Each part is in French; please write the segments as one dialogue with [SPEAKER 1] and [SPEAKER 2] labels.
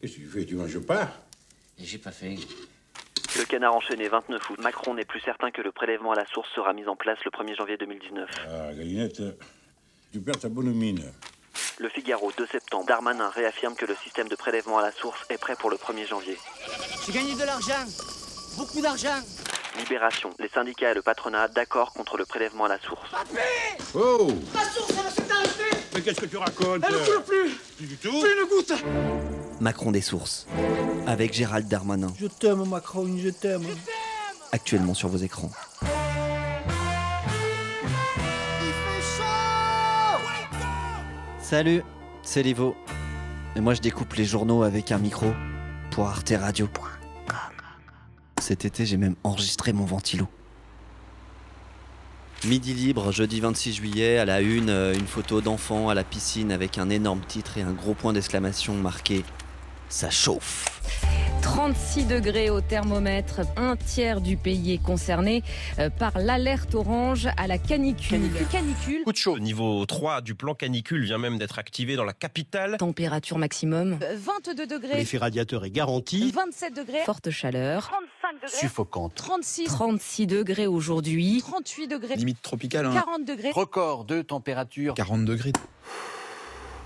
[SPEAKER 1] Qu'est-ce que tu fais Tu manges pas
[SPEAKER 2] Et j'ai pas fait.
[SPEAKER 3] Le canard enchaîné 29 août. Macron n'est plus certain que le prélèvement à la source sera mis en place le 1er janvier 2019.
[SPEAKER 1] Ah, Galinette, tu perds ta bonne mine.
[SPEAKER 3] Le Figaro 2 septembre. Darmanin réaffirme que le système de prélèvement à la source est prêt pour le 1er janvier.
[SPEAKER 4] J'ai gagné de l'argent, beaucoup d'argent.
[SPEAKER 3] Libération. Les syndicats et le patronat d'accord contre le prélèvement à la source.
[SPEAKER 1] Oh
[SPEAKER 4] La source, elle s'est arrêtée,
[SPEAKER 1] Mais qu'est-ce que tu racontes euh,
[SPEAKER 4] elle ne coule plus,
[SPEAKER 1] Plus du tout
[SPEAKER 4] plus une goutte.
[SPEAKER 5] Macron des sources, avec Gérald Darmanin,
[SPEAKER 6] Je t'aime, Macron, je t'aime.
[SPEAKER 5] actuellement sur vos écrans. Salut, c'est Livo. Et moi je découpe les journaux avec un micro pour Arte Radio. Cet été j'ai même enregistré mon ventilo. Midi libre, jeudi 26 juillet, à la une, euh, une photo d'enfant à la piscine avec un énorme titre et un gros point d'exclamation marqué Ça chauffe.
[SPEAKER 7] 36 degrés au thermomètre. Un tiers du pays est concerné euh, par l'alerte orange à la canicule. Canicule.
[SPEAKER 8] Coup de chaud. Le niveau 3 du plan canicule vient même d'être activé dans la capitale.
[SPEAKER 7] Température maximum.
[SPEAKER 9] 22 degrés,
[SPEAKER 6] L'effet radiateur est garanti.
[SPEAKER 9] 27 degrés,
[SPEAKER 7] Forte chaleur.
[SPEAKER 9] 35 degrés,
[SPEAKER 6] Suffocante.
[SPEAKER 9] 36,
[SPEAKER 7] 36 degrés aujourd'hui.
[SPEAKER 9] 38 degrés,
[SPEAKER 10] Limite tropicale, hein.
[SPEAKER 9] 40 degrés,
[SPEAKER 11] Record de température.
[SPEAKER 10] 40 degrés.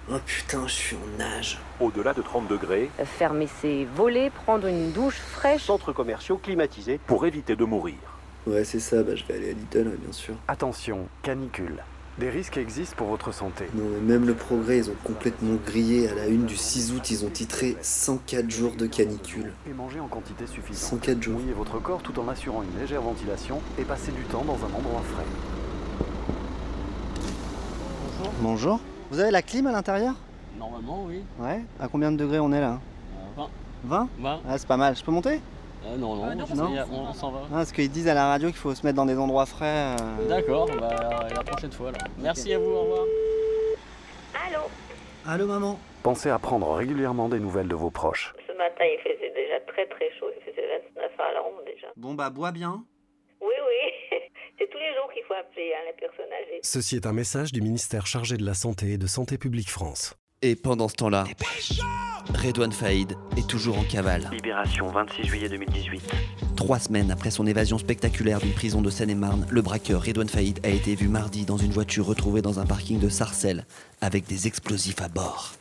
[SPEAKER 4] Oh putain, je suis en nage.
[SPEAKER 12] Au-delà de 30 degrés,
[SPEAKER 7] Euh, Fermer ses volets, prendre une douche fraîche.
[SPEAKER 11] Centres commerciaux climatisés.
[SPEAKER 12] pour éviter de mourir.
[SPEAKER 6] Ouais, c'est ça, bah, je vais aller à Lidl, bien sûr.
[SPEAKER 11] Attention, canicule. Des risques existent pour votre santé.
[SPEAKER 6] Non, mais même le progrès, ils ont complètement grillé. À la une du 6 août, ils ont titré 104 jours de canicule.
[SPEAKER 11] Et manger en quantité suffisante.
[SPEAKER 6] 104 jours.
[SPEAKER 11] Mouillez votre corps tout en assurant une légère ventilation et passez du temps dans un endroit frais.
[SPEAKER 5] Bonjour. Vous avez la clim à l'intérieur
[SPEAKER 11] Normalement, oui. Euh,
[SPEAKER 5] Ouais. À combien de degrés on est là
[SPEAKER 11] 20.
[SPEAKER 5] 20 Ah, c'est pas mal. Je peux monter
[SPEAKER 11] Euh, non,
[SPEAKER 4] Ah,
[SPEAKER 11] non,
[SPEAKER 5] non.
[SPEAKER 11] on, s'en va.
[SPEAKER 5] Ah, Parce qu'ils disent à la radio qu'il faut se mettre dans des endroits frais. euh.
[SPEAKER 11] D'accord, bah, la prochaine fois. Merci à vous, au revoir.
[SPEAKER 5] Allô, maman
[SPEAKER 11] Pensez à prendre régulièrement des nouvelles de vos proches.
[SPEAKER 9] Ce matin, il faisait déjà très très chaud, il faisait 29 à la ronde déjà.
[SPEAKER 5] Bon, bah, bois bien.
[SPEAKER 9] Oui, oui, c'est tous les jours qu'il faut appeler hein, les personnes âgées.
[SPEAKER 11] Ceci est un message du ministère chargé de la Santé et de Santé publique France.
[SPEAKER 5] Et pendant ce temps-là, Redouane Faïd est toujours en cavale.
[SPEAKER 3] Libération 26 juillet 2018.
[SPEAKER 5] Trois semaines après son évasion spectaculaire d'une prison de Seine-et-Marne, le braqueur Redouane Faïd a été vu mardi dans une voiture retrouvée dans un parking de Sarcelles avec des explosifs à bord.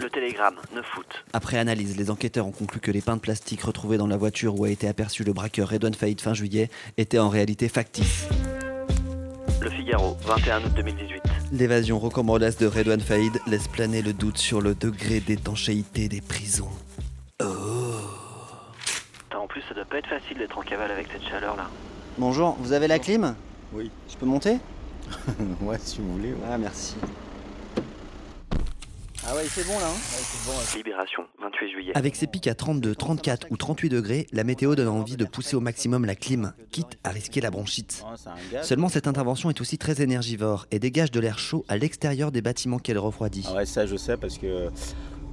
[SPEAKER 3] Le télégramme 9 août.
[SPEAKER 5] Après analyse, les enquêteurs ont conclu que les pains de plastique retrouvés dans la voiture où a été aperçu le braqueur Redouane Faïd fin juillet étaient en réalité factifs.
[SPEAKER 3] Le Figaro 21 août 2018.
[SPEAKER 5] L'évasion recommandasse de Redouane Faïd laisse planer le doute sur le degré d'étanchéité des prisons.
[SPEAKER 3] Putain, En plus, ça doit pas être facile d'être en cavale avec cette chaleur là.
[SPEAKER 5] Bonjour, vous avez la clim
[SPEAKER 10] Oui.
[SPEAKER 5] Je peux monter
[SPEAKER 10] ouais, si vous voulez.
[SPEAKER 5] Ah, merci. Ah ouais, c'est bon là.
[SPEAKER 3] Libération 28 juillet.
[SPEAKER 5] Avec ses pics à 32, 34 ou 38 degrés, la météo donne envie de pousser au maximum la clim, quitte à risquer la bronchite. Seulement, cette intervention est aussi très énergivore et dégage de l'air chaud à l'extérieur des bâtiments qu'elle refroidit.
[SPEAKER 10] Ouais, ça je sais parce que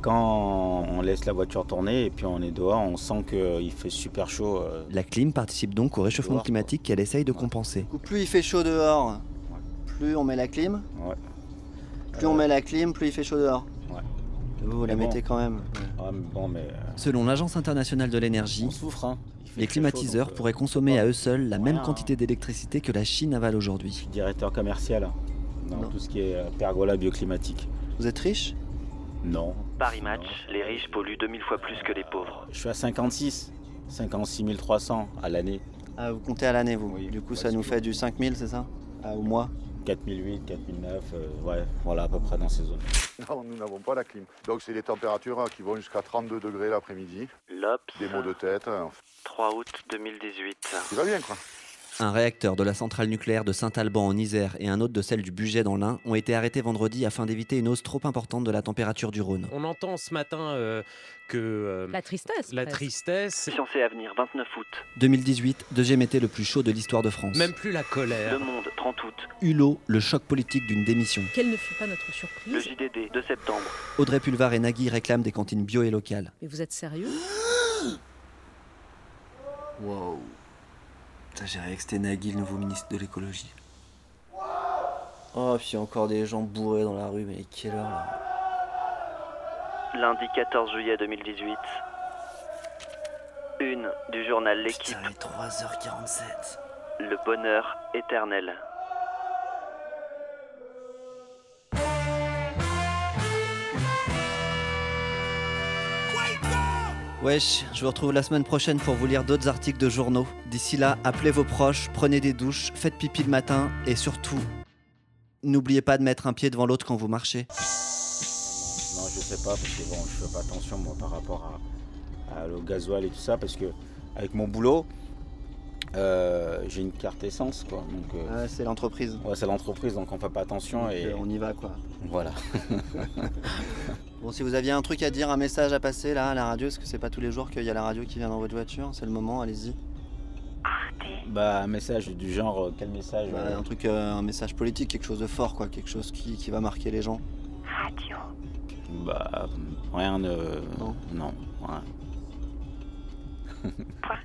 [SPEAKER 10] quand on laisse la voiture tourner et puis on est dehors, on sent qu'il fait super chaud. euh,
[SPEAKER 5] La clim participe donc au réchauffement climatique qu'elle essaye de compenser. Plus il fait chaud dehors, plus on met la clim.
[SPEAKER 10] Ouais.
[SPEAKER 5] Plus on met la clim, plus il fait chaud dehors.
[SPEAKER 10] Ouais.
[SPEAKER 5] Vous, vous la
[SPEAKER 10] Mais bon.
[SPEAKER 5] mettez quand même.
[SPEAKER 10] Ouais, mais bon, mais euh,
[SPEAKER 5] Selon l'Agence internationale de l'énergie,
[SPEAKER 10] on souffre. Hein. Il fait
[SPEAKER 5] les
[SPEAKER 10] très
[SPEAKER 5] climatiseurs
[SPEAKER 10] chaud, donc, euh,
[SPEAKER 5] pourraient consommer à eux seuls la même
[SPEAKER 10] Voilà.
[SPEAKER 5] quantité d'électricité que la Chine avale
[SPEAKER 10] Je
[SPEAKER 5] aujourd'hui.
[SPEAKER 10] suis directeur commercial hein, dans
[SPEAKER 5] Non.
[SPEAKER 10] tout ce qui est euh, pergola bioclimatique.
[SPEAKER 5] Vous êtes riche
[SPEAKER 10] Non.
[SPEAKER 3] Paris Match, les riches polluent 2000 fois plus que les pauvres.
[SPEAKER 10] Je suis à 56. 56 300 à l'année.
[SPEAKER 5] Ah, vous comptez à l'année, vous.
[SPEAKER 10] Oui.
[SPEAKER 5] Du coup, ça nous fait du 5000, c'est ça ah, Au mois
[SPEAKER 10] 4008, 4009, euh, ouais, voilà à peu près dans ces zones.
[SPEAKER 12] Non, nous n'avons pas la clim. Donc c'est des températures hein, qui vont jusqu'à 32 degrés l'après-midi,
[SPEAKER 3] L'Obs
[SPEAKER 12] des maux de tête. hein.
[SPEAKER 3] 3 août 2018.
[SPEAKER 12] Il va bien quoi.
[SPEAKER 5] Un réacteur de la centrale nucléaire de Saint-Alban en Isère et un autre de celle du Bugey dans l'Ain ont été arrêtés vendredi afin d'éviter une hausse trop importante de la température du Rhône.
[SPEAKER 11] On entend ce matin euh, que euh,
[SPEAKER 7] La tristesse.
[SPEAKER 11] la
[SPEAKER 7] presque.
[SPEAKER 11] tristesse,
[SPEAKER 3] Science et Avenir 29 août.
[SPEAKER 5] 2018, deuxième été le plus chaud de l'histoire de France.
[SPEAKER 11] même plus la colère.
[SPEAKER 3] Le Monde 30 août.
[SPEAKER 5] Hulot, le choc politique d'une démission.
[SPEAKER 9] Quelle ne fut pas notre
[SPEAKER 3] Le
[SPEAKER 9] surprise
[SPEAKER 3] JDD 2 septembre.
[SPEAKER 5] Audrey Pulvar et Nagui réclament des cantines bio et locales.
[SPEAKER 9] Mais vous êtes sérieux
[SPEAKER 5] Wow. J'ai rêvé que c'était Nagui, le nouveau ministre de l'écologie.
[SPEAKER 6] Oh, puis il y a encore des gens bourrés dans la rue, mais quelle heure là
[SPEAKER 3] Lundi 14 juillet 2018. Une du journal L'équipe.
[SPEAKER 6] 3h47.
[SPEAKER 3] Le bonheur éternel.
[SPEAKER 5] Wesh, je vous retrouve la semaine prochaine pour vous lire d'autres articles de journaux. D'ici là, appelez vos proches, prenez des douches, faites pipi le matin et surtout, n'oubliez pas de mettre un pied devant l'autre quand vous marchez.
[SPEAKER 10] Non, je sais pas, parce que bon, je fais pas attention moi par rapport à, à- au gasoil et tout ça, parce que avec mon boulot, euh, j'ai une carte essence, quoi. Donc, euh,
[SPEAKER 2] c'est l'entreprise.
[SPEAKER 5] Ah.
[SPEAKER 10] ouais, c'est l'entreprise, donc on fait pas attention
[SPEAKER 2] Donc,
[SPEAKER 10] et
[SPEAKER 2] euh, on y va, quoi.
[SPEAKER 10] voilà.
[SPEAKER 2] Bon, si vous aviez un truc à dire, un message à passer là à la radio, parce que c'est pas tous les jours qu'il y a la radio qui vient dans votre voiture, c'est le moment, allez-y.
[SPEAKER 10] bah, un message du genre, euh, quel message
[SPEAKER 2] Bah,
[SPEAKER 10] euh,
[SPEAKER 2] un truc, euh, un message politique, quelque chose de fort, quoi, quelque chose qui, qui va marquer les gens.
[SPEAKER 9] Radio.
[SPEAKER 10] euh, Bah, rien de. Non. ouais.
[SPEAKER 9] Point